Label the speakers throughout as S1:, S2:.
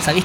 S1: ¿Sabéis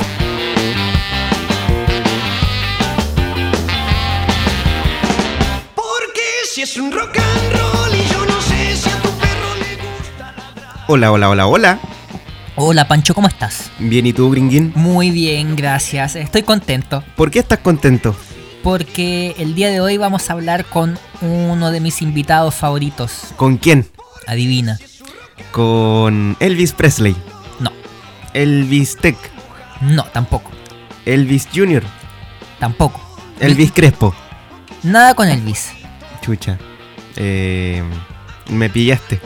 S2: el chico.
S3: Porque si es un rock and roll y yo no sé si a tu perro le gusta ladrar.
S4: Hola, hola, hola, hola.
S1: Hola, Pancho, ¿cómo estás?
S4: Bien, ¿y tú, Gringuín?
S1: Muy bien, gracias. Estoy contento
S4: ¿Por qué estás contento?
S1: porque el día de hoy vamos a hablar con uno de mis invitados favoritos.
S4: ¿Con quién?
S1: Adivina.
S4: Con Elvis Presley.
S1: No.
S4: Elvis Tech.
S1: No, tampoco.
S4: Elvis Jr.
S1: Tampoco.
S4: Elvis Crespo.
S1: Nada con Elvis.
S4: Chucha. Eh, me pillaste.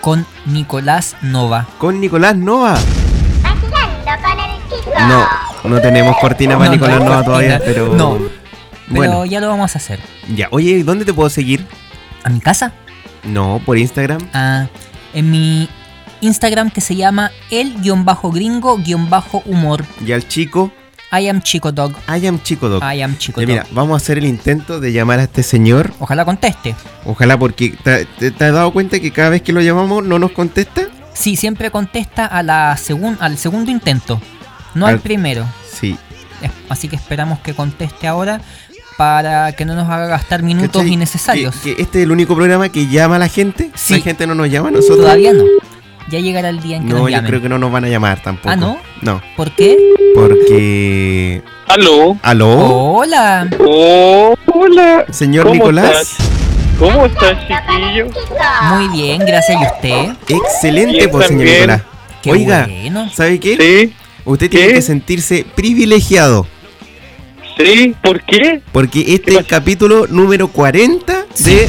S1: Con Nicolás Nova.
S4: Con Nicolás Nova.
S2: Vacilando con el chico.
S4: No, no tenemos cortina
S1: No,
S4: para
S1: no
S4: Nicolás
S1: hay
S4: Nova
S1: cortina.
S4: todavía, pero.
S1: No. Pero
S4: Bueno,
S1: ya lo vamos a hacer.
S4: ya. Oye, ¿y ¿dónde te puedo seguir?
S1: ¿A mi casa?
S4: No, por Instagram.
S1: Ah, en mi Instagram que se llama el-gringo-humor.
S4: Y al chico,
S1: I am Chico Dog.
S4: I am Chico Doc.
S1: I am Chico
S4: Ya,
S1: Dog.
S4: mira, vamos a hacer el intento de llamar a este señor.
S1: Ojalá conteste.
S4: Ojalá porque ¿te, te- te has dado cuenta que cada vez que lo llamamos no nos contesta.
S1: Sí, siempre contesta a la segun- al segundo intento, no al
S4: Al-
S1: primero.
S4: Sí.
S1: Es- Así que esperamos que conteste ahora para que no nos haga gastar minutos
S4: ¿Cachai?
S1: innecesarios.
S4: Que, que este es el único programa que llama a la gente.
S1: Sí.
S4: La gente no nos llama a nosotros.
S1: Todavía no. Ya llegará el día en que
S4: No,
S1: nos
S4: yo
S1: llamen.
S4: creo que no nos van a llamar tampoco.
S1: Ah, ¿no?
S4: No,
S1: ¿Por qué?
S4: porque.
S5: Aló.
S4: ¿Aló?
S1: Hola.
S5: Oh, hola.
S4: Señor
S5: ¿Cómo
S4: Nicolás.
S5: ¿Cómo estás,
S2: Vacilando con el
S5: chiquillo?
S2: chico.
S1: Muy bien, gracias. ¿Y usted?
S4: Excelente,
S5: Bien,
S4: pues, señor
S5: también.
S4: Nicolás.
S1: Qué
S4: Oiga,
S1: bueno.
S4: ¿sabe qué?
S5: Sí,
S4: Usted tiene
S5: ¿Qué?
S4: que sentirse privilegiado.
S5: sí. ¿Por qué?
S4: Porque este es el capítulo número 40 de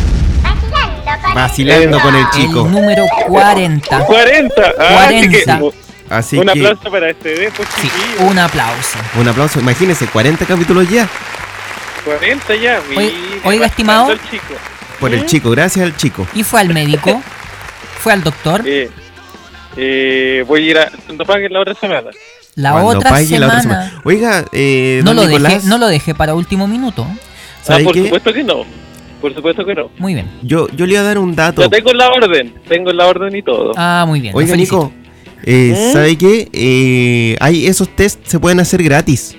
S2: Vacilando con
S4: Vacilando con el
S1: El
S4: Chico.
S1: número 40.
S5: 40. Ah, así que,
S1: 40.
S4: Así
S5: un
S4: que
S5: aplauso para este dejo,
S1: Sí,
S5: chiquillo.
S1: un aplauso.
S4: un aplauso. Imagínense, 40 capítulos ya
S5: 40 ya. mira,
S1: oiga,
S5: bastante
S1: estimado.
S5: al chico.
S4: por el
S5: ¿Mm?
S4: chico. Gracias al chico.
S1: ¿Y fue al médico? ¿Fue al doctor?
S5: Eh, eh, voy a ir a. No paguen la otra semana. Ah,
S1: La
S4: Cuando
S1: otra,
S4: pague
S1: semana.
S4: la otra semana. Oiga, eh,
S1: No
S4: don
S1: lo,
S4: Nicolás,
S1: dejé, no lo dejé para último minuto.
S5: Ah,
S4: ¿sabe
S5: por
S4: qué?
S5: supuesto que no. Por supuesto que no.
S1: Muy bien.
S4: Yo, yo le iba a dar un dato.
S5: Lo tengo en la orden. Tengo en la orden y todo.
S1: Ah, muy bien. lo
S4: Oiga,
S1: felicito.
S4: Nico, eh, ¿sabe qué? Eh, hay esos test se pueden hacer gratis.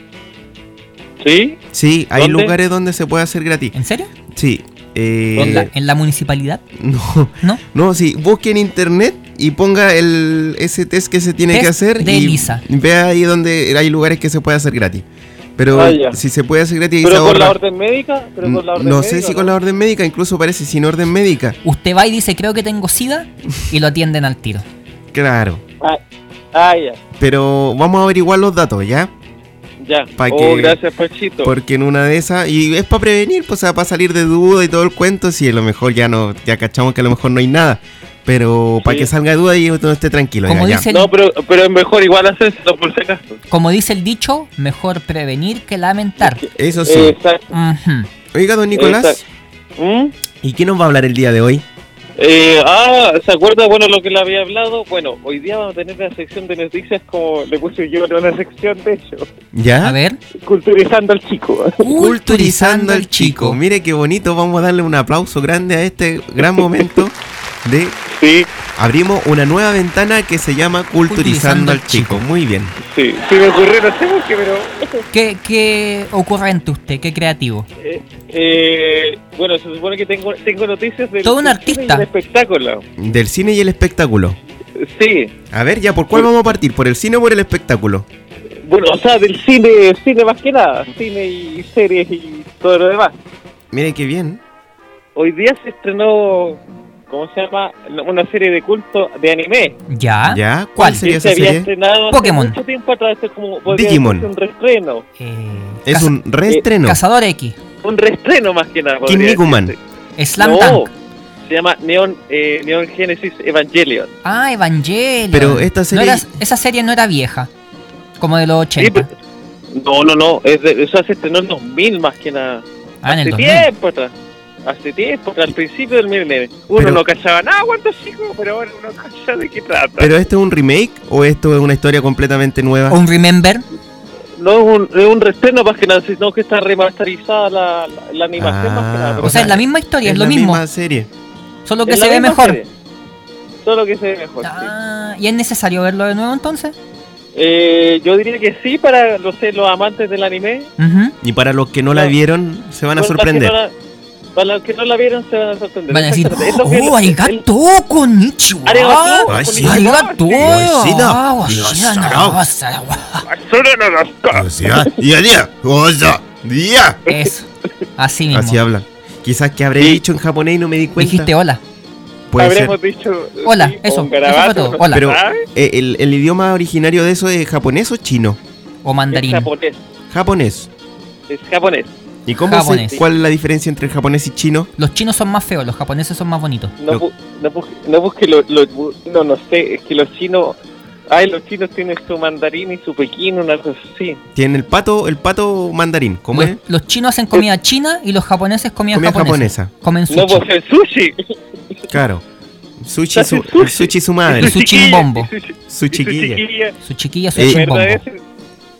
S5: ¿Sí?
S4: Sí, hay
S5: ¿Dónde?
S4: lugares donde se puede hacer gratis.
S1: ¿En serio?
S4: Sí. eh,
S1: ¿En la, en la municipalidad?
S4: No,
S1: ¿No?
S4: no, sí, busque en internet y ponga el, ese test que se tiene
S1: Test
S4: que hacer.
S1: de
S4: y
S1: Elisa.
S4: Vea ahí donde hay lugares que se puede hacer gratis. Pero
S5: Ah, ya.
S4: si se puede hacer gratis, ahí se
S5: ¿Pero con la
S4: ahorra.
S5: orden médica? ¿Pero con la orden
S4: No
S5: médica,
S4: sé si con la orden médica, incluso parece sin orden médica.
S1: Usted va y dice, creo que tengo sida, y lo atienden al tiro.
S4: Claro.
S5: Ah, ah, ya.
S4: Pero vamos a averiguar los datos, ¿ya?
S5: Ya.
S4: Pa'
S5: oh,
S4: que-
S5: gracias, Pachito.
S4: Porque en una de esas, y es para prevenir, pues, o sea, para salir de duda y todo el cuento, si a lo mejor ya no, ya cachamos que a lo mejor no hay nada. Pero para
S5: Sí.
S4: que salga de duda y uno esté tranquilo.
S1: Como
S4: ya, ya.
S1: dice, el,
S5: No, pero, pero es mejor igual hacérselo por si acaso.
S1: como dice el dicho, mejor prevenir que lamentar.
S5: Ah, Eh,
S4: Eso sí.
S5: Exacto.
S1: Ujú.
S4: Oiga, don Nicolás,
S5: Exacto. ¿Mm?
S4: ¿y qué nos va a hablar el día de hoy?
S5: Eh, ah, ¿se acuerda? Bueno, lo que le había hablado. Bueno, hoy día vamos a tener la sección de noticias como le puse yo en una sección, de hecho.
S4: ¿Ya?
S1: A ver.
S5: Culturizando al chico.
S4: Culturizando al chico. Mire qué bonito, vamos a darle un aplauso grande a este gran momento de
S5: Sí,
S4: abrimos una nueva ventana que se llama
S1: Culturizando
S4: Culturizando, al
S1: al
S4: chico. Muy bien.
S5: sí. Si me ocurrió, no sé por qué, pero...
S1: ¿Qué, qué ocurrente usted? ¿Qué creativo?
S5: eh, eh, bueno, se supone que tengo, tengo noticias de...
S1: Todo un artista.
S5: espectáculo.
S4: Del cine y el espectáculo.
S5: Sí.
S4: A ver, ya, ¿por cuál vamos a partir? ¿Por el cine o por el espectáculo?
S5: Bueno, o sea, del cine, cine más que nada, cine y series y todo lo demás.
S4: Mire qué bien.
S5: Hoy día se estrenó, ¿cómo se llama? Una serie de culto de anime.
S1: ¿Ya?
S4: ¿Ya? ¿Cuál,
S1: ¿Cuál?
S4: sería
S5: que se
S4: esa
S5: había
S4: serie?
S5: estrenado
S1: Pokémon.
S5: hace mucho tiempo atrás, es como podría
S4: Digimon.
S5: decirse un reestreno.
S1: Eh,
S4: Es
S1: Caza-
S4: un reestreno.
S1: Cazador X.
S5: Un reestreno más que nada.
S4: Kim
S5: podría
S4: Nikuman.
S5: decirse.
S1: Slam
S5: no,
S1: Dunk.
S5: se llama Neon, eh, Neon Genesis Evangelion.
S1: Ah, Evangelion.
S4: Pero esta serie-
S1: No era- esa serie no era vieja. Como de los
S5: Sí,
S1: 80.
S5: pero- no, no, no, es de, o sea, se estrenó en 2000 más que nada.
S1: ah, en el
S5: Hace
S1: 2000.
S5: tiempo atrás. Hace tiempo, atrás, al principio del milenio. Uno
S4: Pero-
S5: no cachaba nada cuando chico, pero ahora uno cacha de qué trata.
S4: ¿Pero este es un remake o esto es una historia completamente nueva?
S1: ¿O un Remember?
S5: No es un, es un restreno más que nada, sino que está remasterizada la, la, la animación
S4: Ah,
S5: más que nada.
S1: O sea, es la misma historia, es, lo
S4: la
S1: mismo.
S4: misma serie.
S1: Solo que
S5: Es
S1: se
S5: la
S1: ve
S5: misma
S1: mejor.
S5: serie. Solo que se ve mejor. sí.
S1: Ah, ¿Y es necesario verlo de nuevo entonces?
S5: Eh, yo diría que sí para no sé, los amantes del anime.
S1: Ujú.
S4: Y para los que no la
S5: Claro.
S4: vieron, se van
S5: Bueno, para
S4: a
S5: que
S4: sorprender.
S5: no la- Para los que no la vieron se van a sorprender.
S1: Van a decir,
S5: Exactamente. Es lo que-
S1: ¡Oh,
S5: el-
S1: arigato, konnichiwa! Ah,
S5: Arigato,
S4: Ay, sí.
S5: konnichiwa,
S1: ¡Arigato!
S5: sí.
S4: Yoshida,
S1: Ah, Yoshida,
S4: Yoshida.
S1: Yoshida.
S5: Basura no las
S4: O
S5: co-
S4: sea, ah, ya, ya, o sea, ya.
S1: Eso, así mismo.
S4: Así habla. Quizás que habré dicho en japonés y no me di cuenta.
S1: Dijiste hola.
S4: Puede ser.
S5: Habremos dicho.
S1: Hola,
S5: sí,
S1: eso,
S5: un
S1: eso fue
S5: garabato,
S1: todo,
S5: no Ah,
S1: hola.
S5: se
S4: Pero-
S5: sabe,
S4: Eh, el, el idioma originario de eso es japonés o chino?
S1: O
S5: Es
S1: mandarín.
S5: japonés.
S4: Japonés.
S5: Es japonés.
S4: ¿Y cómo se,
S1: Japonés.
S4: cuál es la diferencia entre el japonés y chino?
S1: Los chinos son más feos, los japoneses son más bonitos.
S5: No,
S4: Lo-
S5: bu- no, busque- no busque lo, lo- bu- no, no sé, es que los chinos. Ay, los chinos tienen su mandarín y su pekín, una cosa así.
S4: Tiene el pato, el pato mandarín. ¿Cómo
S1: los,
S4: es?
S1: los chinos hacen comida china y los japoneses comida,
S4: Comida
S1: japonesa.
S4: japonesa.
S1: Comen
S5: No,
S1: sushi.
S5: pues el sushi.
S4: Claro. Sushi, su,
S5: Hace sushi.
S4: Ah, el sushi su
S1: Y
S4: madre.
S1: su
S5: chiquilla,
S1: chimbombo.
S5: y su-
S4: Su
S5: y su
S4: chiquilla.
S5: chiquilla.
S1: su chiquilla, su
S4: Eh,
S1: chimbombo.
S5: ¿Verdad ese?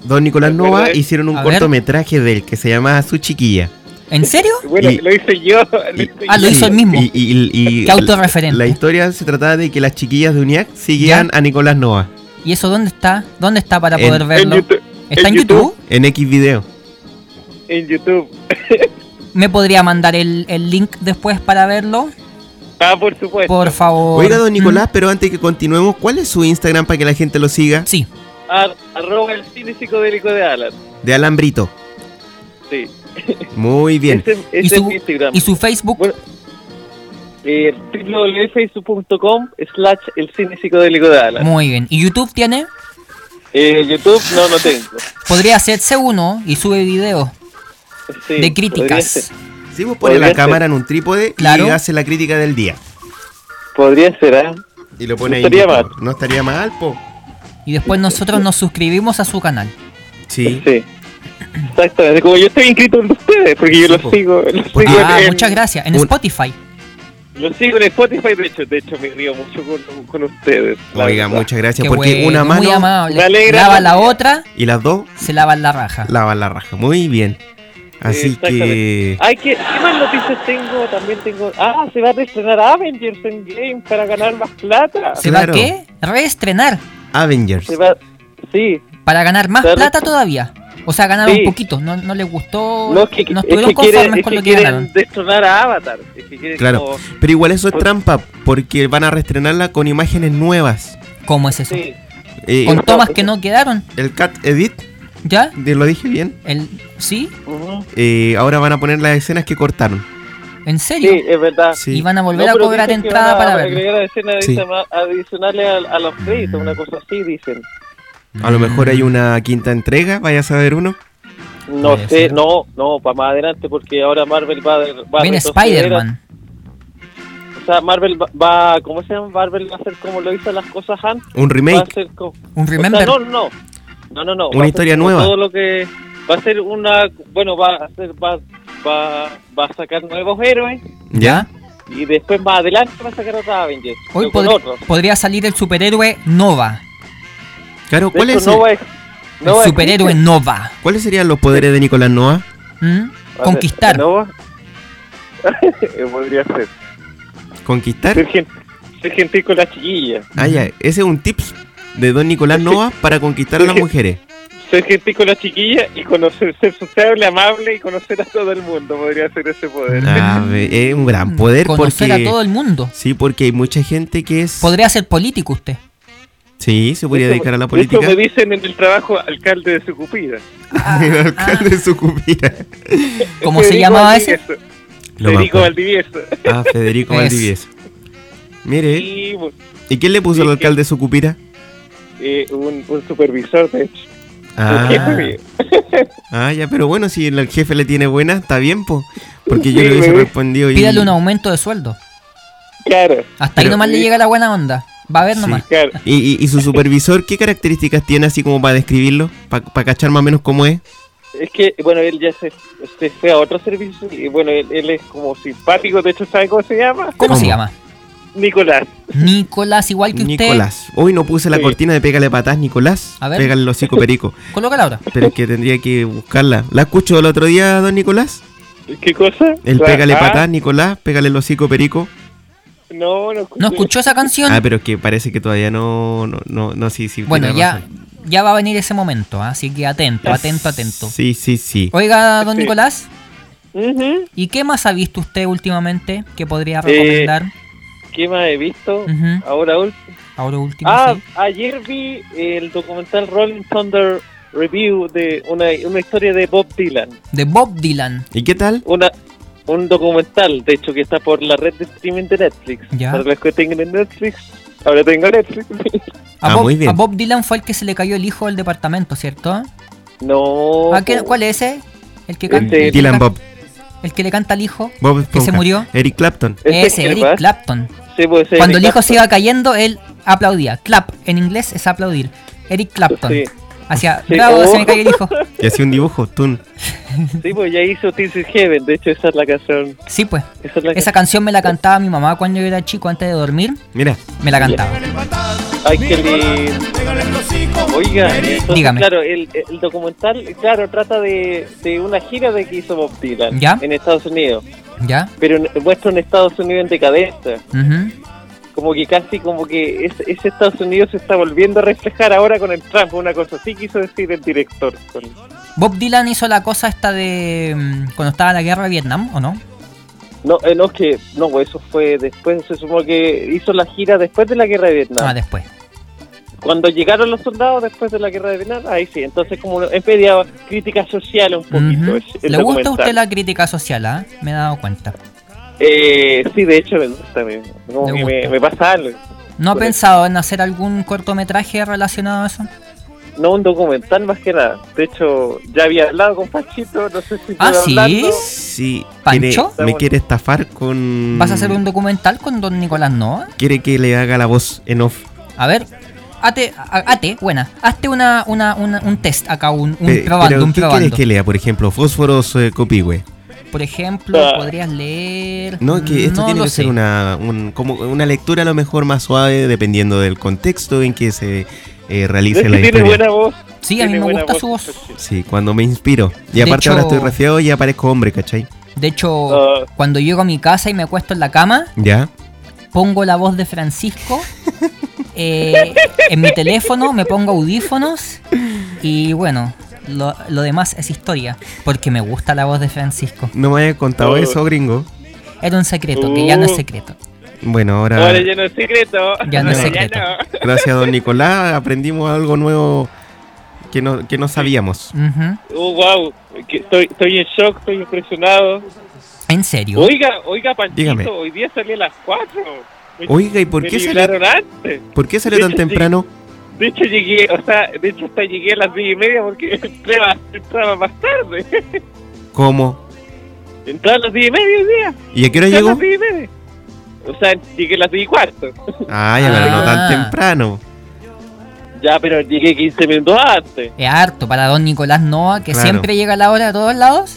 S4: Don Nicolás
S5: ¿Verdad?
S4: Nova hicieron un
S1: A ver.
S4: cortometraje de él que se llamaba Su Chiquilla.
S1: ¿En serio?
S5: Bueno,
S4: Y-
S5: lo hice yo. lo hice
S1: Ah,
S5: yo.
S1: lo hizo él mismo.
S4: Y, y- y- y-
S1: Qué autorreferente.
S4: La historia se trataba de que las chiquillas de UNIAC seguían
S1: ¿Ya?
S4: a Nicolás Nova
S1: ¿Y eso dónde está? ¿Dónde está para
S4: En-
S1: poder
S5: En
S1: verlo?
S5: YouTube.
S1: ¿Está en
S5: en
S1: YouTube?
S4: en X video.
S5: En YouTube.
S1: ¿Me podría mandar el, el link después para verlo?
S5: Ah, por supuesto.
S1: Por favor.
S4: Oiga, don Nicolás, pero antes que continuemos, ¿cuál es su Instagram para que la gente lo siga?
S1: Mm, Sí,
S5: Ar- Ah, arroba el cine psicodélico de Alan.
S4: De Alambrito.
S5: Sí.
S4: Muy bien.
S5: Ese, ese
S1: ¿Y su-
S5: es mi Instagram.
S1: y su Facebook.
S5: Bueno, eh, www.facebook.com slash el cine psicodélico de Alan.
S1: Muy bien. ¿Y YouTube tiene?
S5: Eh, YouTube no, no tengo.
S1: Podría hacerse uno y sube videos
S5: Sí,
S1: de
S5: Podría
S1: críticas.
S5: ser,
S4: Si vos pones
S5: Podría
S4: la
S5: ser.
S4: cámara en un trípode
S1: Claro.
S4: y hace la crítica del día.
S5: podría ser, ¿ah?
S4: Y lo pone
S5: No estaría
S4: ahí.
S5: mal.
S4: No estaría mal, po.
S1: Y después nosotros nos suscribimos a su canal.
S4: Sí.
S5: Sí. Exactamente, como yo estoy inscrito en ustedes, porque yo
S4: Sí, po.
S5: los sigo, los
S4: Porque-
S5: sigo
S1: Ah,
S5: en,
S1: muchas gracias. En
S4: un-
S1: Spotify.
S5: los sigo en Spotify, de hecho, de hecho me río mucho con, con ustedes. la
S4: Oiga,
S5: verdad.
S4: muchas gracias.
S1: Qué
S4: porque
S1: bueno,
S4: una
S1: muy
S4: mano
S1: amable.
S5: Me alegra
S1: Lava
S5: la
S1: la
S5: vida.
S1: otra,
S4: y las dos
S1: se lavan la raja.
S4: lavan la raja. Muy bien. Así que.
S5: Ay, ¿qué, ¿qué más noticias tengo? También tengo... Ah, se va a estrenar Avengers en Game para ganar más plata.
S1: ¿Se
S4: claro.
S1: va a qué? Reestrenar.
S5: Ah.
S4: Avengers.
S5: Se va... Sí,
S1: Para ganar más
S5: Claro.
S1: plata todavía. O sea, ganaron
S5: Sí.
S1: un poquito. No, no les gustó.
S5: No, es que,
S1: no
S5: es que quieren-
S1: estuvieron conformes
S5: es
S1: con
S5: que
S1: lo que
S5: quieren
S1: ganaron.
S5: destronar a Avatar. Es que quieren
S4: Claro.
S5: como-
S4: Pero igual eso es trampa, porque van a reestrenarla con imágenes nuevas.
S1: ¿Cómo es eso?
S5: sí.
S4: Eh,
S1: Con
S5: no,
S1: tomas
S5: es
S1: que no quedaron.
S4: El Cat Edit,
S1: ¿Ya?
S4: de- lo dije bien.
S1: El, ¿Sí?
S5: Ujú.
S4: eh, ahora van a poner las escenas que cortaron.
S1: ¿En
S5: Sí,
S1: serio?
S5: es verdad.
S4: Sí.
S1: Y van a volver
S5: No,
S1: a
S5: pero
S1: cobrar
S5: dicen que van
S1: entrada
S5: a
S1: para verlo.
S5: agregar escenas
S4: Sí.
S5: adiciona- adicionales a, a los créditos, una cosa así, dicen.
S4: A lo mejor
S5: Mm.
S4: hay una quinta entrega, vaya a saber uno.
S5: No
S1: Puede
S5: sé,
S1: ser.
S5: no, no, para más adelante, porque ahora Marvel va, a- va a
S1: Viene
S5: retroceder,
S1: Spider-Man.
S5: O sea, Marvel va, va- ¿cómo se llama? Marvel va a hacer como lo hizo las cosas antes.
S4: Un
S5: Va a
S4: remake.
S5: hacer como...
S1: Un
S5: O sea,
S1: Remember.
S5: no, no, no, no, no. va
S4: Una
S5: a ser
S4: historia
S5: como
S4: nueva.
S5: Todo lo que va a ser una, bueno, va a hacer, va, va, va a sacar nuevos héroes
S4: ¿Ya?
S5: y después más adelante va a sacar otra Avengers.
S1: Hoy
S5: pero con
S1: podr-
S5: otros.
S1: podría salir el superhéroe Nova.
S4: Claro,
S5: De
S4: ¿cuáles
S5: hecho, no
S4: se-
S5: va a- no va a
S1: el superhéroe
S5: existir.
S1: Nova.
S4: cuáles serían los poderes de Nicolás Noah?
S1: ¿Mm?
S5: A
S1: Conquistar.
S5: ver, ¿no va? Eh, Podría ser.
S4: ¿Conquistar?
S5: Ser, gen- ser gentil con la chiquilla.
S4: Ah, ya. Ese es un tips de don Nicolás Noah para conquistar a las mujeres.
S5: Ser gentil con la chiquilla y conocer, ser sociable, amable y conocer a todo el mundo. Podría ser ese poder.
S4: Ah, ve- es un gran poder
S1: Conocer
S4: porque...
S1: a todo el mundo.
S4: Sí, porque hay mucha gente que es...
S1: Podría ser político usted.
S4: Sí, se podría
S5: Esto-
S4: dedicar a la
S5: esto
S4: política.
S5: me Ah, dicen en el trabajo alcalde de Sucupira.
S4: El alcalde de Sucupira.
S1: ¿Cómo se
S5: Federico
S1: llamaba ese?
S5: Valdivieso,
S6: Lo
S5: Federico
S6: bajo.
S5: Valdivieso.
S6: Ah, Federico
S1: Es.
S6: Valdivieso.
S4: Mire,
S5: Y bueno,
S4: ¿y quién le puso
S5: Sí,
S4: al
S5: que-
S4: alcalde de Sucupira?
S5: eh, un, un supervisor, de hecho.
S4: Ah,
S5: Jefe mío.
S4: ah, ya, pero bueno, si el el jefe le tiene buena, está bien, po. Porque yo
S5: Sí,
S4: le hubiese
S5: bebé.
S4: respondido. y-
S1: Pídale un aumento de sueldo.
S5: Claro,
S1: Hasta ahí
S4: Pero-
S1: nomás le llega la buena onda. Va a ver
S4: Sí.
S1: nomás.
S5: claro.
S4: Y, y- y su supervisor, ¿qué características tiene así como para describirlo? Para cachar más o menos cómo es.
S5: Es que, bueno, él ya se, se fue a otro servicio y, bueno, él, él es como simpático, de hecho, ¿sabe cómo se llama?
S1: ¿Cómo, se
S4: ¿Cómo?
S1: llama?
S5: Nicolás.
S1: Nicolás, igual que usted.
S4: Nicolás. Hoy no puse la
S5: Sí.
S4: cortina de pégale patas, Nicolás.
S1: A ver.
S4: Pégale el hocico perico.
S1: Colócala ahora.
S4: Pero es que tendría que buscarla. ¿La escuchó el otro día, don Nicolás?
S5: ¿Qué cosa?
S4: El
S5: Ah,
S4: pégale
S5: ah,
S4: patas, Nicolás, pégale el hocico perico.
S5: No, no escuché.
S1: ¿No escuchó esa canción?
S4: Ah, pero es que parece que todavía no, no, no, no sí, sí.
S1: bueno,
S4: tiene
S1: ya,
S4: razón.
S1: ya va a venir ese momento, ¿ah? así que atento, atento, atento.
S4: Sí, sí, sí.
S1: Oiga, don
S5: Sí.
S1: Nicolás,
S5: Ujú.
S1: ¿y qué más ha visto usted últimamente que podría recomendar?
S5: Eh, ¿Qué más he visto?
S1: Ujú.
S5: Ahora último.
S1: Ahora último,
S5: Ah,
S1: sí.
S5: ayer vi el documental Rolling Thunder Review de una, una historia de Bob Dylan.
S1: De Bob Dylan.
S4: ¿Y qué tal?
S5: Una, un documental, de hecho, que está por la red de streaming de Netflix.
S1: Ya.
S5: Para los que tengan Netflix, ahora tengo Netflix.
S1: A,
S4: Ah,
S1: Bob,
S4: muy bien.
S1: a Bob Dylan fue el que se le cayó el hijo del departamento, ¿cierto?
S5: no.
S1: ¿A Ah, qué- ¿Cuál es ese? El que canta.
S5: Oh. Este-
S1: el que
S4: Dylan
S1: ca-
S4: Bob.
S1: El que le canta al hijo.
S4: Bob
S1: Que se
S4: Esponja.
S1: murió.
S4: Eric Clapton.
S5: Este,
S1: Ese,
S5: ¿qué
S1: Eric
S5: pasa?
S1: Clapton.
S5: Sí, pues, ese
S1: Cuando el
S5: Eric
S1: hijo
S5: Clapton.
S1: se iba cayendo, él aplaudía. Clap, en inglés es aplaudir. Eric Clapton.
S5: Sí.
S1: Hacía,
S5: Sí,
S1: bravo,
S5: oh.
S1: se me cayó el hijo.
S4: Y hacía un dibujo, Tun.
S5: Sí, pues ya hizo This is Heaven, de hecho esa es la canción.
S1: Sí, pues.
S5: Esa es la
S1: Esa canción me la cantaba mi mamá cuando yo era chico, antes de dormir.
S4: Mira,
S1: Me la cantaba.
S5: canción. Ay, qué lindo. Oiga, entonces,
S1: Dígame.
S5: claro, el, el documental, claro, trata de, de una gira de que hizo Bob Dylan
S1: ¿Ya?
S5: en Estados Unidos,
S1: ¿Ya?
S5: pero en- muestra un Estados Unidos en decadencia.
S1: Ujú.
S5: Como que casi como que es- ese Estados Unidos se está volviendo a reflejar ahora con el Trump, una cosa así quiso decir el director. Con-
S1: Bob Dylan hizo la cosa esta de. mm, cuando estaba la guerra de Vietnam, ¿o no?
S5: No, eh, no, que, no, pues, eso fue después, se sumó que hizo la gira después de la guerra de Vietnam.
S1: Ah, después.
S5: Cuando llegaron los soldados después de la guerra de Vietnam, ahí sí, entonces como es media crítica social un poquito.
S1: Ujú.
S5: es- el
S1: ¿Le gusta a usted
S5: documental.
S1: la crítica social, ah? Me he dado cuenta.
S5: Eh, sí, de hecho me gusta, a mí. Como
S1: Le
S5: que me,
S1: gusta.
S5: me pasa algo.
S1: ¿No ha
S5: Correcto.
S1: pensado en hacer algún cortometraje relacionado a eso?
S5: No un documental más que nada. De hecho, ya había hablado con Panchito, no sé si
S1: Ah,
S5: estoy
S1: ¿sí?
S5: hablando.
S4: sí.
S1: ¿Pancho?
S4: quiere- me quiere estafar con.
S1: ¿Vas a
S5: Mm.
S1: hacer un documental con don Nicolás Noa?
S4: Quiere que le haga la voz en off.
S1: A ver, ate, a- ate, buena. Hazte una, una, una- un test acá, un, un
S4: Eh,
S1: probando,
S4: pero,
S1: un
S4: ¿Qué
S1: probando.
S4: quieres que lea? Por ejemplo, fósforos eh, copihue.
S1: Por ejemplo,
S5: Ah.
S1: podrías leer.
S4: No, es que esto
S1: Mm, No
S4: tiene
S1: lo
S4: que ser
S1: sé.
S4: una, un- como una lectura a lo mejor más suave, dependiendo del contexto en que se eh,
S5: De
S4: realice
S5: hecho,
S4: la
S5: tiene
S4: historia.
S5: buena voz.
S1: Sí, a mí
S5: tiene
S1: me
S5: buena
S1: gusta su voz.
S5: Panchito.
S4: Sí, cuando me inspiro. Y
S1: De
S4: aparte ahora
S1: hecho-
S4: estoy resfriado y aparezco hombre, ¿cachai?
S1: De hecho,
S5: Ah,
S1: cuando llego a mi casa y me acuesto en la cama,
S4: ¿Ya?
S1: pongo la voz de Francisco. eh, en mi teléfono me pongo audífonos. Y bueno, lo, lo demás es historia. Porque me gusta la voz de Francisco.
S4: No me hayas contado
S5: Oh.
S4: eso, gringo.
S1: Era un secreto, que ya
S5: Uh.
S1: no es secreto.
S4: Bueno, ahora...
S5: Ahora ya no es secreto.
S1: Ya
S4: no es
S1: secreto.
S5: no.
S4: Gracias, don Nicolás. Aprendimos algo nuevo que no, que no sabíamos.
S1: Ujú.
S5: Oh, wow. que Estoy, estoy en shock, estoy impresionado.
S1: En serio.
S5: Oiga, oiga, Panchito,
S4: Dígame.
S5: hoy día salí a las 4.
S4: Oiga, ¿y por
S5: me
S4: qué salió,
S5: libraron antes?
S4: por qué salió tan
S5: Sí, sí.
S4: temprano?
S5: De hecho llegué, o sea, de hecho hasta llegué a las 10 y media porque entraba, entraba más tarde.
S4: ¿Cómo?
S5: Entraba a las 10 y media hoy día.
S4: ¿Y a qué hora
S5: entraba a
S4: llegó?
S5: las 10 y media. O sea, llegué a las 10 y cuarto.
S4: Ah, ya, pero no
S1: Ah.
S4: tan temprano.
S5: Ya, pero llegué 15 minutos antes.
S1: Es harto para don Nicolás Noa, que
S4: Claro.
S1: siempre llega a la hora de todos lados.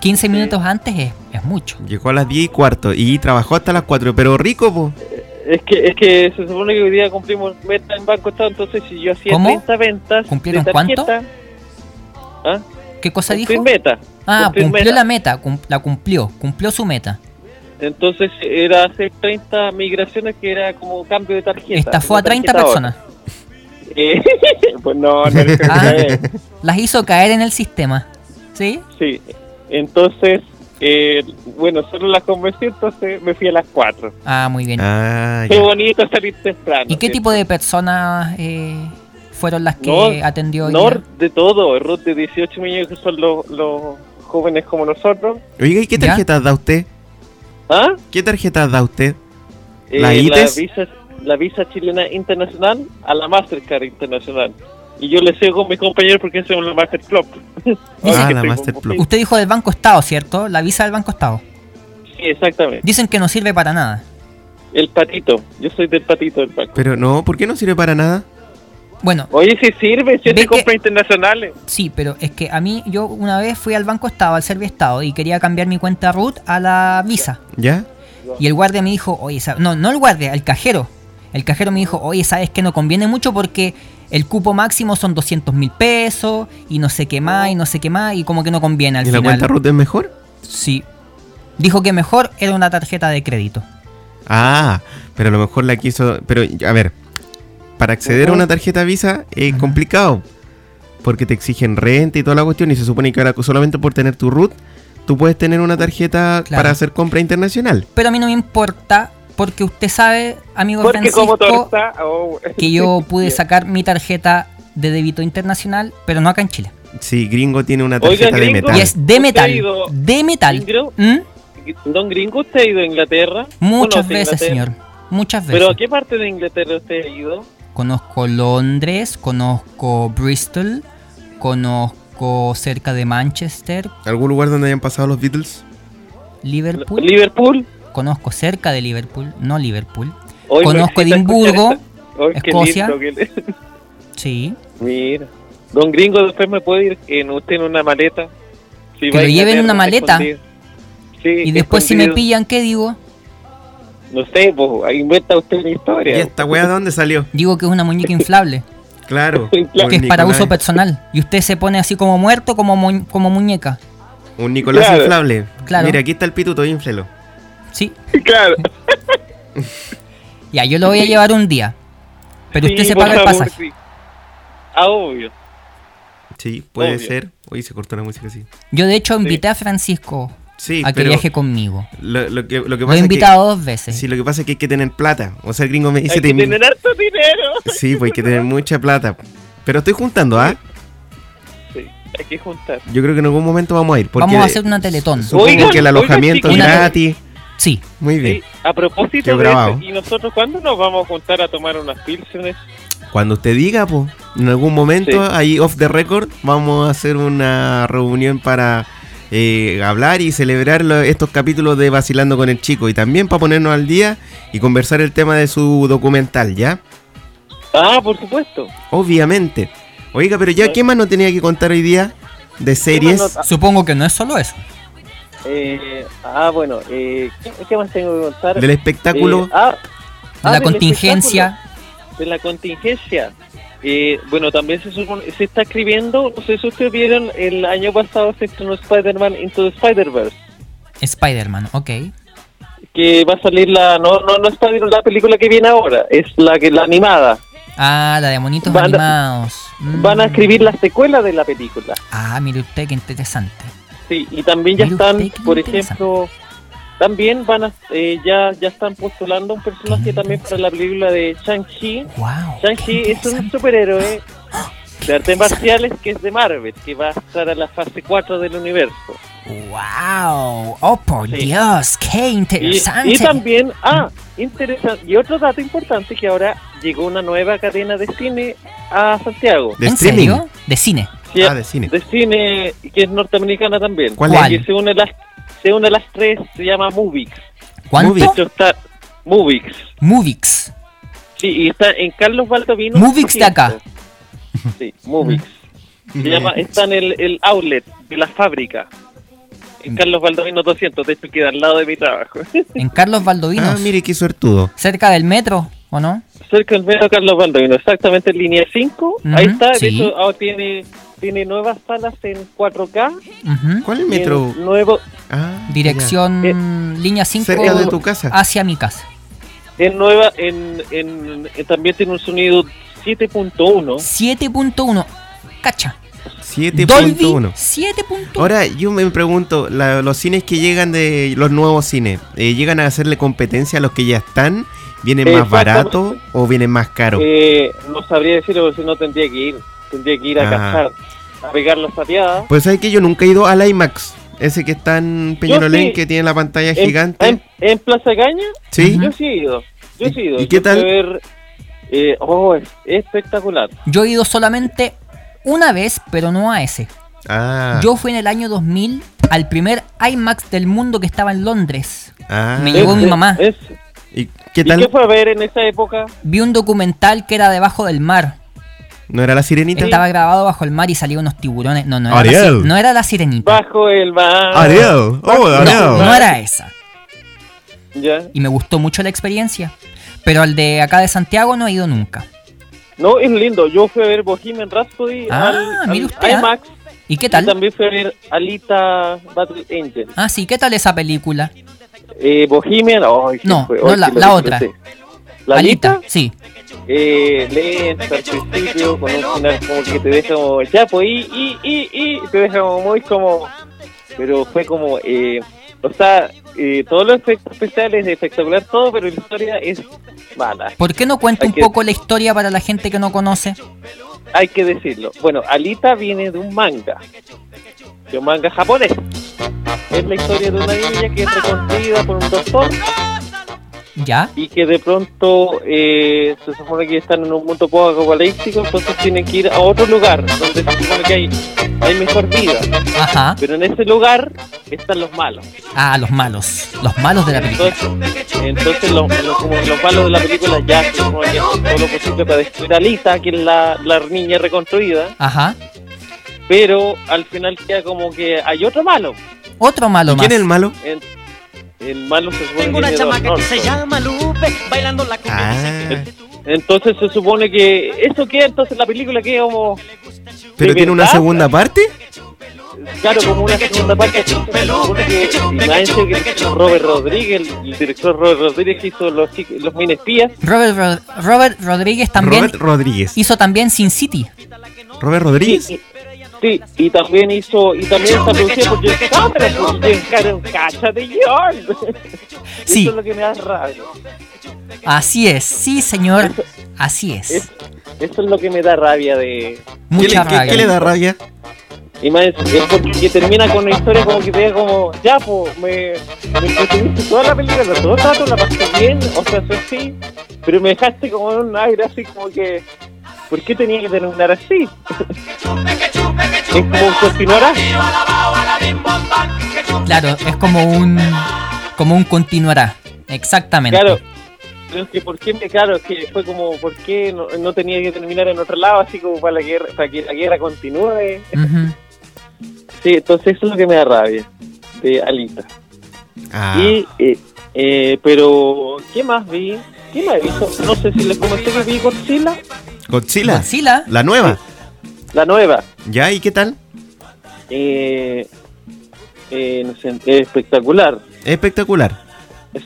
S1: 15 minutos antes es, es mucho.
S4: Llegó a las 10 y cuarto y trabajó hasta las 4, pero rico, po.
S5: Es que, es que se supone que hoy día cumplimos meta en Banco Estado, entonces si yo hacía
S1: ¿Cómo?
S5: 30 ventas
S1: ¿Cumplieron
S5: de tarjeta, ¿ah?
S1: ¿Qué cosa
S5: cumplí
S1: dijo?
S5: meta.
S1: Ah,
S5: cumplí
S1: cumplió
S5: meta.
S1: la meta, cum- la cumplió, cumplió su meta.
S5: Entonces era hacer 30 migraciones que era como cambio de tarjeta.
S1: Estafó
S5: una
S1: a 30
S5: tarjeta
S1: personas.
S5: otra. Eh, pues no, no. no,
S1: Ah.
S5: no, no.
S1: Las hizo caer en el sistema. ¿Sí?
S5: Sí, entonces Eh, bueno, solo las convencí, entonces me fui a las 4.
S1: Ah, muy bien.
S6: Ah,
S5: Qué
S6: ya.
S5: bonito salir temprano.
S1: ¿Y qué
S5: ¿cierto?
S1: tipo de personas eh, fueron las que
S5: No,
S1: atendió hoy
S5: No,
S1: día?
S5: de todo, Ruth de 18 millones que son los, los jóvenes como nosotros.
S4: Oiga, ¿y qué
S1: ¿Ya?
S4: tarjetas da usted?
S5: ¿Ah?
S4: ¿Qué tarjetas da usted?
S5: Eh,
S4: ¿La ITES?
S5: visa, la visa chilena internacional a la Mastercard internacional. Y yo le sigo con mis compañeros porque hacemos la Masterclub.
S4: Ah,
S5: que
S4: la
S5: estoy
S4: Masterclub.
S5: confundido.
S1: Usted dijo del Banco Estado, ¿cierto? La visa del Banco Estado.
S5: Sí, exactamente.
S1: Dicen que no sirve para nada.
S5: El patito. Yo soy del patito del banco.
S4: Pero no, ¿por qué no sirve para nada?
S1: Bueno,
S5: Oye, si sirve, si es
S1: Ve
S5: de
S1: que-
S5: compras internacionales.
S1: sí, pero es que a mí, yo una vez fui al Banco Estado, al Servio Estado, y quería cambiar mi cuenta root a la visa.
S4: ¿Ya?
S1: Y el guardia me dijo, oye, sa- no, no el guardia, el cajero. El cajero me dijo, oye, sabes que no conviene mucho porque el cupo máximo son 200 mil pesos y no sé qué más y no sé qué más y como que no conviene al
S4: ¿Y la
S1: final.
S4: cuenta root es mejor?
S1: Sí. Dijo que mejor era una tarjeta de crédito.
S4: Ah, pero a lo mejor la quiso. Pero, a ver, para acceder a una tarjeta Visa es
S1: Ajá.
S4: complicado. Porque te exigen renta y toda la cuestión. Y se supone que ahora solamente por tener tu root, tú puedes tener una tarjeta
S1: Claro.
S4: para hacer compra internacional.
S1: Pero a mí no me importa porque usted sabe, amigo
S5: Porque como
S1: Francisco,
S5: torta. oh.
S1: que yo pude
S5: Bien.
S1: sacar mi tarjeta de débito internacional, pero no acá en Chile.
S4: Sí, gringo tiene una
S5: Oiga,
S4: tarjeta de
S5: gringo.
S4: metal.
S1: Y
S5: Dale.
S1: es de metal.
S5: ¿Usted ha ido-
S1: De metal.
S5: Gringo?
S1: ¿Mm?
S5: Don Gringo, ¿usted ha ido a Inglaterra?
S1: Muchas
S5: ¿Conoce
S1: veces,
S5: Inglaterra?
S1: señor. Muchas veces.
S5: ¿Pero a qué parte de Inglaterra usted ha ido?
S1: Conozco Londres, conozco Bristol, conozco cerca de Manchester,
S4: ¿Algún lugar donde hayan pasado los Beatles?
S1: Liverpool.
S5: ¿Liverpool?
S1: Conozco cerca de Liverpool, no Liverpool.
S5: Hoy me
S1: Conozco
S5: excita
S1: Edimburgo,
S5: escuchar esta- Ay, qué
S1: Escocia.
S5: lindo que le-
S1: sí.
S5: Mira. Don Gringo, después me puede ir en usted en una maleta. Si
S1: Que
S5: va
S1: lo
S5: a
S1: lleve en
S5: Inglaterra,
S1: una
S5: está
S1: maleta.
S5: escondido. Sí,
S1: Y después si me
S5: escondido.
S1: pillan, ¿qué digo?
S5: No sé, pues, ahí inventa usted una
S4: ¿Y
S5: historia.
S4: esta weá de dónde salió?
S1: Digo que es una muñeca inflable,
S4: Claro.
S5: Que
S4: un
S1: que es para
S4: Nicolás-
S1: uso personal. Y usted se pone así como muerto, como, mu- como muñeca.
S4: Un Nicolás
S5: Claro.
S4: inflable.
S1: Claro.
S4: Mira, aquí está el pituto, ínflelo.
S1: Sí.
S5: Claro.
S1: Ya, yo lo voy a llevar un día. Pero usted
S5: Sí,
S1: se
S5: por
S1: paga el
S5: favor,
S1: pasaje.
S5: sí. Ah, obvio.
S4: Sí, puede
S5: Obvio.
S4: ser. Oye, se cortó la música así.
S1: Yo de hecho invité a Francisco
S4: Sí,
S1: a que
S4: pero
S1: viaje conmigo.
S4: lo, lo que, lo que
S1: Lo
S4: pasa
S1: he
S4: es que-
S1: invitado dos veces.
S4: Sí, lo que pasa es que hay que tener plata. O sea, el gringo me dice...
S5: Hay que
S4: "Te-
S5: tener harto dinero.
S4: Sí, pues hay que tener mucha plata. Pero estoy juntando, ¿ah?
S5: Sí, hay que juntar.
S4: Yo creo que en algún momento vamos a ir. Porque
S1: Vamos a hacer una teletón.
S4: Supongo
S5: Oigan,
S4: que el
S5: oigan,
S4: alojamiento es
S1: chiquillos.
S4: gratis.
S1: Sí.
S4: Muy bien.
S5: Sí, a propósito
S4: Qué
S5: de
S4: bravo.
S5: eso, ¿y nosotros cuándo nos vamos a juntar a tomar unas pilsenes?
S4: Cuando usted diga, pues, en algún momento,
S5: Sí.
S4: ahí off the record, vamos a hacer una reunión para eh, hablar y celebrar lo- estos capítulos de Vacilando con el Chico. Y también para ponernos al día y conversar el tema de su documental, ¿ya?
S5: Ah, por supuesto.
S4: Obviamente. Oiga, pero ya, ¿qué más no tenía que contar hoy día? De
S5: más
S4: series.
S5: no-
S1: Supongo que no es solo eso.
S5: Eh, ah, bueno, eh, ¿qué, qué más tengo que contar?
S4: Del espectáculo.
S5: Eh, ah, ah,
S1: la
S5: del
S1: contingencia.
S5: espectáculo, De la contingencia. Eh, bueno, también se, supone- se está escribiendo, no sé si ustedes vieron, el año pasado se estrenó Spider-Man Into the Spider-Verse,
S1: Spider-Man, ok.
S5: que va a salir la, no, no, no es Spider- la película que viene ahora, es la que la animada.
S1: Ah, la de monitos
S5: Van a-
S1: animados. Mm.
S5: Van a escribir la secuela de la película.
S1: Ah, mire usted qué interesante.
S5: Sí, y también ya
S1: Mire
S5: están,
S1: usted, qué
S5: por
S1: interesante.
S5: ejemplo, también van a, eh, ya, ya están postulando un
S1: Ah,
S5: personaje también para la película de Shang-Chi,
S1: Wow.
S5: Shang-Chi es un superhéroe de artes marciales que es de Marvel, que va a estar a la fase 4 del universo.
S1: Wow. Oh, por
S5: Sí.
S1: Dios, qué
S5: Y,
S1: interesante.
S5: y también, ah, interesante, y otro dato importante que ahora llegó una nueva cadena de cine a Santiago.
S4: De
S1: ¿En
S4: streaming.
S1: serio? De cine.
S5: Que-
S4: Ah, de cine.
S5: de cine que es norteamericana también.
S4: ¿Cuál
S1: ¿Cuál?
S5: Que se une las se une las tres, se llama Movix. De
S1: ¿Cuánto?
S5: hecho está Movix.
S1: Movix.
S5: Sí, y está en Carlos Valdovino.
S1: Movix de acá.
S5: Sí, Movix. Se llama, está en el, el outlet de la fábrica.
S4: Mm.
S5: En Carlos Baldovino 200, de hecho queda al lado de mi trabajo.
S1: En Carlos Baldovinos.
S4: Ah, mire qué suertudo.
S1: Cerca del metro, ¿o no?
S5: Cerca del metro Carlos Baldovino, exactamente en línea 5. Ahí
S1: Ujú,
S5: está, de
S1: sí.
S5: hecho ahora tiene, tiene nuevas salas en 4K.
S1: Ujú.
S4: ¿Cuál
S5: tiene
S4: metro?
S5: Nuevo,
S4: Ah, ya.
S1: Dirección
S5: Eh,
S1: línea 5
S4: Cerca de tu casa.
S1: hacia mi casa.
S5: en nueva, en, eh, en- en- también tiene un sonido 7.1.
S1: 7.1. Cacha. Dolby
S4: 7.1.
S1: 7.1.
S4: Ahora, yo me pregunto, la- los cines que llegan de los nuevos cines, eh, ¿llegan a hacerle competencia a los que ya están? ¿Vienen más
S5: Exactamente.
S4: barato o vienen más caro?
S5: Eh, no sabría decirlo, porque si no tendría que ir. Tendría que ir a
S4: Ah.
S5: cazar, a pegar la sapeada.
S4: Pues sabes que yo nunca he ido al IMAX, ese que está en Peñarolén,
S5: sí.
S4: que tiene la pantalla
S5: En-
S4: gigante.
S5: En, en Plaza Caña,
S4: sí,
S5: yo sí he ido. Yo sí he ido.
S4: ¿Y
S5: Yo
S4: qué tal?
S5: fui a ver, eh, oh, es espectacular.
S1: Yo he ido solamente una vez, pero no a ese.
S4: ah,
S1: Yo fui en el año 2000 al primer IMAX del mundo que estaba en Londres.
S4: ah.
S1: me llevó- mi mamá.
S5: Es-
S4: ¿Y qué
S5: ¿Y
S4: tal?
S5: qué fue a ver en esa época?
S1: Vi un documental que era debajo del mar.
S4: ¿No era la sirenita?
S5: Eh,
S1: Estaba grabado bajo el mar y salían unos tiburones. No, no era, La,
S6: Ariel.
S1: si- no era la sirenita.
S5: Bajo el mar.
S4: Ah,
S6: Ariel. Oh,
S1: No,
S6: Ariel.
S1: no era esa.
S5: Ya.
S1: Y me gustó mucho la experiencia. Pero al de acá de Santiago no he ido nunca.
S5: No, es lindo. Yo fui a ver Bohemian Rhapsody
S1: Ah,
S5: al,
S1: mire
S5: al
S1: usted, ah.
S5: IMAX.
S1: ¿Y qué
S5: Y
S1: tal?
S5: también fui a ver Alita Battle Angel.
S1: Ah, sí, ¿qué tal esa película?
S5: Eh, Bohemian, ay, sí
S1: No,
S5: fue,
S1: no,
S5: ay,
S1: la-
S5: sí lo
S1: la
S5: disfruté. La Alita,
S1: Sí.
S5: eh, lenta al principio, con un final como que te deja como, ya, pues, y, y, y, y, te deja como muy como, pero fue como, eh, o sea, eh, todos los efectos especiales, espectacular todo, pero la historia es mala.
S1: ¿Por qué no cuenta
S5: Hay
S1: un
S5: que-
S1: poco la historia para la gente que no conoce?
S5: hay que decirlo. Bueno, Alita viene de un manga, de un manga japonés. Es la historia de una niña que es reconstruida por un doctor
S1: ¿Ya?
S5: y que de pronto eh, se supone que están en un mundo poco apocalíptico, entonces tienen que ir a otro lugar donde se supone que hay, hay mejor vida.
S1: Ajá.
S5: Pero en ese lugar están los malos.
S1: Ah, los malos. Los malos de la película.
S5: Entonces, entonces los, los- como los malos de la película ya se supone que hacen todo lo posible para destruir a Alita, que es la, la niña reconstruida.
S1: Ajá.
S5: pero al final queda como que hay otro malo.
S1: Otro malo
S4: ¿Y
S1: más.
S4: ¿Quién es el malo?
S5: El, el malo se supone
S3: Tengo
S5: que viene
S3: una
S5: de
S3: chamaca que
S5: Ornosto.
S3: se llama Lupe, bailando la cumbia.
S4: Ah,
S5: Entonces se supone que eso queda, entonces la película queda como,
S4: ¿pero
S5: ¿de
S4: tiene una
S5: verdad?
S4: segunda parte?
S5: claro, como una segunda parte. Se supone que imagínense que Robert Rodríguez, el director Robert Rodríguez que hizo los, chicos- los minespías,
S1: Robert, Rod- Robert Rodríguez también
S4: Robert Rodríguez.
S1: hizo también Sin City.
S4: ¿Robert Rodríguez?
S5: Sí, sí, y también hizo, y también está producido por James Cameron, pues, James Cameron, cacha de George.
S1: Sí.
S5: Eso es lo que me da rabia.
S1: Así es, sí señor, así es.
S5: Es- eso es lo que me da rabia de,
S4: ¿Qué le,
S1: Mucha
S4: qué-
S1: rabia.
S4: qué le da rabia?
S5: Y más, es porque que termina con una historia como que te diga como, ya, pues, me, me entretuviste toda la película, pero todo el rato la pasé bien, o sea, eso sí, pero me dejaste como en un aire así como que, ¿por qué tenía que terminar así? es como continuará.
S1: Claro, es como un como un continuará. Exactamente.
S5: Claro. Pero es que, ¿por qué? me- Claro, es que fue como, ¿por qué no, no tenía que terminar en otro lado, así como para, la guerra, para que la guerra continúe?
S1: Ujú.
S5: Sí, entonces eso es lo que me da rabia, de Alita.
S4: Ah,
S5: Y, eh, eh, pero, ¿qué más vi? ¿Qué más he visto? No sé si les comenté que vi Godzilla,
S4: Godzilla.
S1: Godzilla.
S4: La nueva.
S5: la nueva.
S4: ¿Ya? ¿Y qué tal?
S5: Eh, eh, no sé, es espectacular.
S4: Espectacular.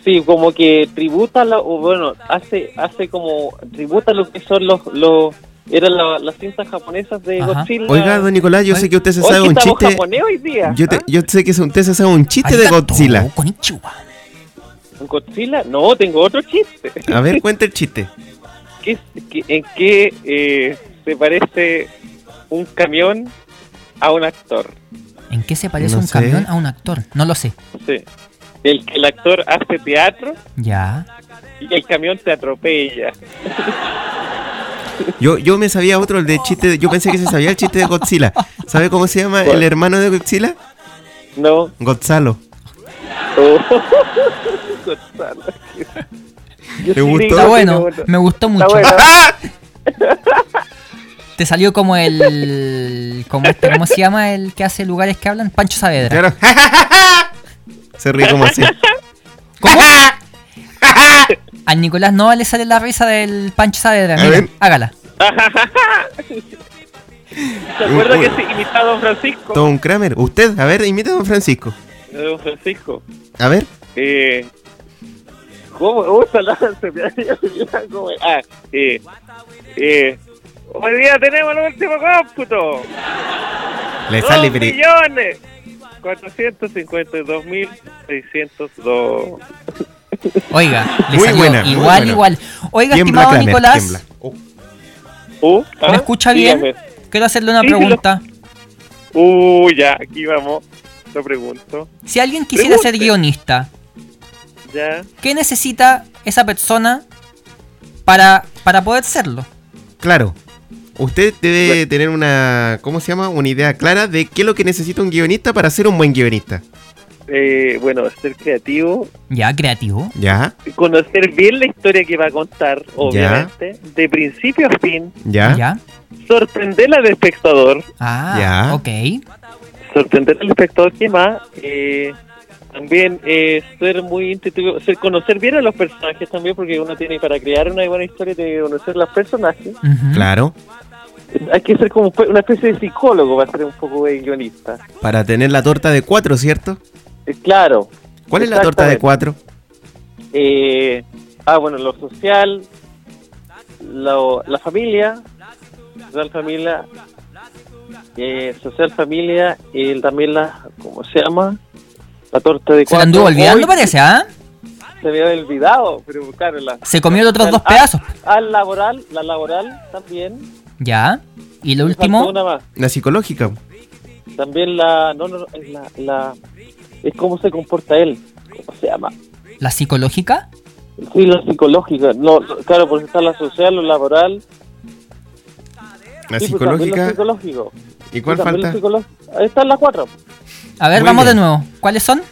S5: Sí, como que tributa, la- o bueno, hace hace como tributa lo que son los. los eran la- las cintas japonesas de
S1: Ajá.
S5: Godzilla.
S4: Oiga, don Nicolás, yo
S1: Oye,
S4: sé que usted se
S5: Hoy
S4: sabe
S5: que
S4: un
S5: estamos
S4: chiste.
S5: japonés hoy día.
S4: Yo, te-
S5: ¿ah?
S4: yo sé que se- usted se sabe un chiste de
S1: Arigato,
S4: Godzilla.
S1: konnichiwa.
S5: ¿Godzilla? No, tengo otro chiste.
S4: A ver, cuente el chiste.
S5: ¿Qué- qué- ¿En qué eh, se parece un camión a un actor?
S1: ¿En qué se parece
S4: No
S1: un
S4: sé.
S1: camión a un actor? No lo sé.
S5: Sí. El, el actor hace teatro
S1: Ya.
S5: y el camión te atropella.
S4: Yo, yo me sabía otro, el de chiste. de- yo pensé que se sabía el chiste de Godzilla. ¿Sabe cómo se llama
S5: ¿Cuál?
S4: el hermano de Godzilla?
S5: No.
S4: Gonzalo.
S5: Oh. Gonzalo. Yo sí
S4: gustó?
S5: digo
S1: Está
S5: que
S1: bueno,
S5: no, no.
S1: me gustó
S5: Está
S1: mucho.
S5: bueno.
S1: Te salió como el como este, ¿cómo se llama el que hace lugares que hablan? Pancho Saavedra.
S4: Claro. Se ríe como así.
S1: ¿Cómo? Al Nicolás no le sale la risa del Pancho Saavedra.
S4: A
S1: Mira,
S4: ver.
S1: hágala.
S5: ¿Se acuerda que se imitaba a Don Francisco?
S4: Don Kramer, usted, a ver, imita a Don Francisco.
S5: Don Francisco.
S4: A ver.
S5: Eh, ¿Cómo? Uy, salada, se me había olvidado cómo era. Ah, eh, eh, hoy día tenemos el último cómputo.
S4: Le
S5: ¡Dos
S4: sale pri-
S5: millones! 452.602.
S1: Oiga, le
S4: Muy
S1: salió
S4: buena, muy
S1: igual,
S4: buena.
S1: igual. Oiga,
S4: Tiembla,
S1: estimado
S4: Clamer,
S1: Nicolás,
S4: tiembla.
S5: Uh,
S1: ¿me
S5: ah,
S1: escucha bien?
S5: dígame.
S1: Quiero hacerle una
S5: Sí, sí, lo-
S1: pregunta.
S5: Uh, ya, aquí vamos. Lo pregunto.
S1: Si alguien quisiera ser
S5: Pregunte.
S1: guionista,
S5: Ya.
S1: ¿qué necesita esa persona para, para poder serlo?
S4: Claro. Usted debe tener una, ¿cómo se llama? Una idea clara de qué es lo que necesita un guionista para ser un buen guionista.
S5: Eh, bueno, ser creativo,
S1: Ya, creativo.
S4: ¿Ya?
S5: conocer bien la historia que va a contar, obviamente, de principio a fin,
S4: ¿Ya?
S1: Ya.
S5: sorprender al espectador,
S1: Ah,
S4: Ya.
S1: ok.
S5: sorprender al espectador, ¿qué más? Eh, también eh, ser muy intuitivo, ser- conocer bien a los personajes también, porque uno tiene para crear una buena historia tiene que conocer los personajes.
S1: Ujú.
S4: Claro.
S5: Hay que ser como una especie de psicólogo para ser un poco de guionista.
S4: Para tener la torta de cuatro, ¿cierto?
S5: Eh, claro.
S4: ¿Cuál es la torta de
S5: Exactamente.
S4: cuatro?
S5: Eh, ah, bueno, lo social, lo- la familia, social familia, eh, social familia y también la, ¿cómo se llama? La torta de
S1: Se la
S5: cuatro.
S1: anduvo olvidando,
S5: Hoy
S1: parece, ¿ah?
S5: Se me había olvidado, pero claro, la,
S1: Se comió los otros dos
S5: Ah.
S1: pedazos.
S5: ah, laboral, la laboral también.
S1: Ya. Y lo
S5: Me faltó
S1: último,
S5: Una más.
S4: La psicológica.
S5: pues, También la, no, no, no, es la, la, es cómo se comporta él, ¿cómo se llama?
S1: la psicológica.
S5: Sí, la psicológica, no, no, claro, porque está la social, lo laboral,
S4: La
S5: sí, pues, también lo
S4: psicológica.
S5: psicológico.
S4: ¿Y cuál
S5: Sí, también
S4: falta?
S5: lo psicológico. Ahí están las cuatro.
S1: A ver,
S4: Muy
S1: vamos
S4: bien.
S1: de nuevo. ¿Cuáles son?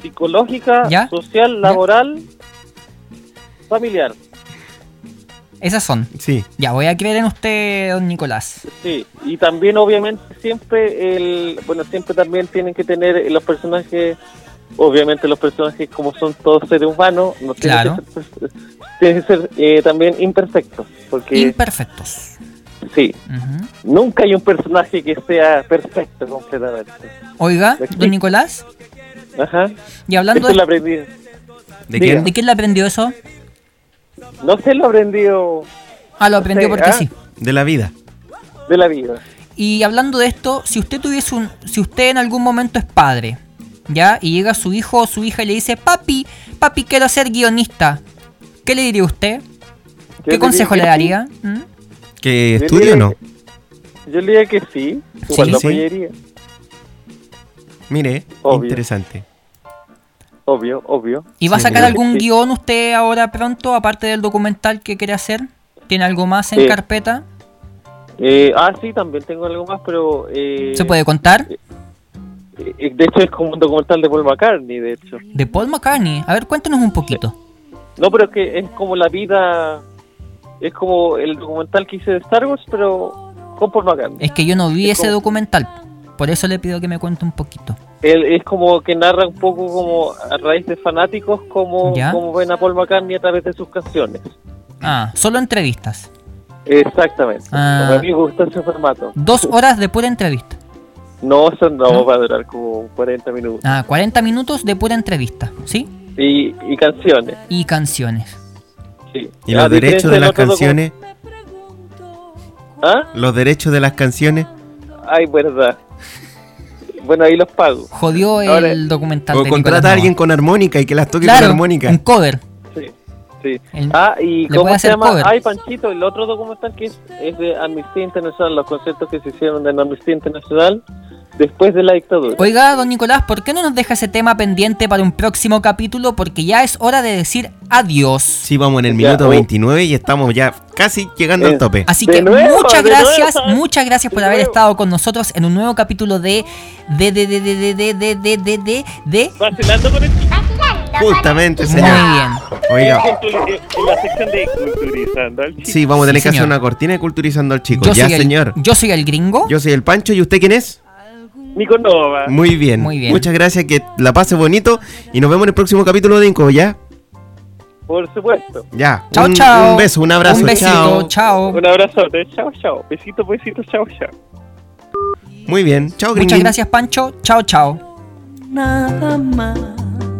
S5: Psicológica,
S1: ¿Ya?
S5: social, laboral, familiar.
S1: Esas son.
S4: Sí.
S1: Ya, voy a creer en usted, don Nicolás.
S5: Sí. Y también obviamente siempre el, bueno, siempre también tienen que tener los personajes, obviamente los personajes como son todos seres humanos, no tienen
S1: Claro.
S5: que ser, tienen que ser, eh, también imperfectos, porque
S1: Imperfectos.
S5: sí,
S1: Ujú.
S5: nunca hay un personaje que sea perfecto completamente.
S1: Oiga,
S5: Perfecto.
S1: don Nicolás,
S5: Ajá.
S1: y
S5: Eso
S1: hablando
S5: lo
S1: de...
S5: aprendí.
S4: ¿De
S5: Diga.
S4: quién?
S1: ¿De quién le aprendió eso?
S5: No sé, lo aprendió
S1: Ah, lo aprendió
S5: Sí,
S1: porque
S5: ah.
S1: sí.
S4: De la vida.
S5: de la vida.
S1: Y hablando de esto, si usted tuviese un, si usted en algún momento es padre, ¿ya? Y llega su hijo o su hija y le dice, papi, papi, quiero ser guionista. ¿Qué le diría usted?
S5: Yo
S1: ¿Qué
S5: diría
S1: consejo le
S5: que sí.
S1: daría? ¿Mm?
S4: ¿Que
S5: Yo
S4: estudio o
S5: diría
S4: no?
S5: que- Yo le diría que sí, igual
S1: Sí,
S5: lo
S4: sí.
S5: apoyaría.
S4: Mire,
S5: Obvio.
S4: interesante.
S5: Obvio, obvio.
S1: ¿Y va a
S4: Sí,
S1: sacar
S4: yo-
S1: algún
S5: sí.
S1: guión usted ahora pronto, aparte del documental que quiere hacer? ¿Tiene algo más en
S5: Sí.
S1: carpeta?
S5: Eh, ah, sí, también tengo algo más, pero... Eh,
S1: ¿Se puede contar?
S5: eh, De hecho, es como un documental de Paul McCartney, de hecho.
S1: De Paul McCartney. A ver, cuéntanos un poquito.
S5: No, pero es que es como la vida... Es como el documental que hice de Star Wars, pero con Paul McCartney.
S1: Es que yo no vi
S5: Es
S1: ese
S5: como-
S1: documental. Por eso le pido que me cuente un poquito.
S5: Él es como que narra un poco como a raíz de fanáticos como,
S1: Ya.
S5: como ven a Paul McCartney a través de sus canciones.
S1: Ah, solo entrevistas.
S5: Exactamente.
S1: Ah.
S5: Como a mí me gusta ese formato.
S1: Dos horas de pura entrevista.
S5: No, eso no,
S1: ¿No?
S5: va a durar como 40 minutos.
S1: Ah, 40 minutos de pura entrevista, ¿sí?
S5: Y, y canciones.
S1: Y canciones.
S5: Sí.
S4: ¿Y
S5: A
S4: los derechos
S5: diferencia
S4: de
S5: del
S4: las
S5: otro docu-
S4: canciones?
S5: ¿Ah?
S4: ¿Los derechos de las canciones?
S5: Ay, verdad. Bueno, ahí los pago.
S1: Jodió el
S5: Ahora,
S1: documental.
S4: O
S1: de
S4: contrata a
S1: Nicolás
S4: alguien con armónica y que las toque
S1: Nova.
S4: con
S1: Claro, un
S4: armónica.
S1: cover.
S5: Sí, sí.
S1: El-
S5: Ah, y
S1: Le puede
S5: ¿cómo se
S1: hacer
S5: llama?
S1: cover.
S5: Ay, Panchito, el otro documental que es, es de Amnistía Internacional, los conciertos que se hicieron en Amnistía Internacional después de la dictadura.
S1: Oiga, don Nicolás, ¿por qué no nos deja ese tema pendiente para un próximo capítulo? Porque ya es hora de decir adiós.
S4: Sí, vamos en el
S5: Ya,
S4: minuto
S5: oh.
S4: 29 y estamos ya casi llegando al
S5: Eh,
S4: tope.
S1: Así
S5: De
S1: que
S5: nuevo,
S1: muchas
S5: de
S1: gracias,
S5: nuevo.
S1: muchas gracias por
S5: De
S1: haber
S5: nuevo.
S1: estado con nosotros en un nuevo capítulo de de de de de de de de de de de de-
S5: Vacilando con el
S2: Vacilando con el
S4: Justamente,
S2: chico.
S1: Muy
S4: señor.
S1: bien.
S4: Oiga,
S5: en la sección de culturizando al
S4: sí, vamos a tener
S1: Sí,
S4: que hacer
S1: señor.
S4: una cortina de culturizando al chico. ya,
S1: soy el,
S4: señor.
S1: yo soy el gringo.
S4: Yo soy el Pancho y usted quién es?
S5: Nico Nova.
S4: Muy bien.
S1: Muy bien.
S4: Muchas gracias, que la pase bonito y nos vemos en el próximo capítulo de Inco, ¿ya?
S5: Por supuesto.
S4: Ya.
S1: Chao,
S4: un,
S1: chao.
S4: Un beso, un abrazo.
S1: Un
S4: chao.
S1: besito, chao.
S5: Un abrazote. Chao, chao. Besito, besito, chao, chao.
S4: Muy bien. Chao,
S1: Muchas
S4: gringuín.
S1: gracias, Pancho. Chao, chao.
S7: nada más.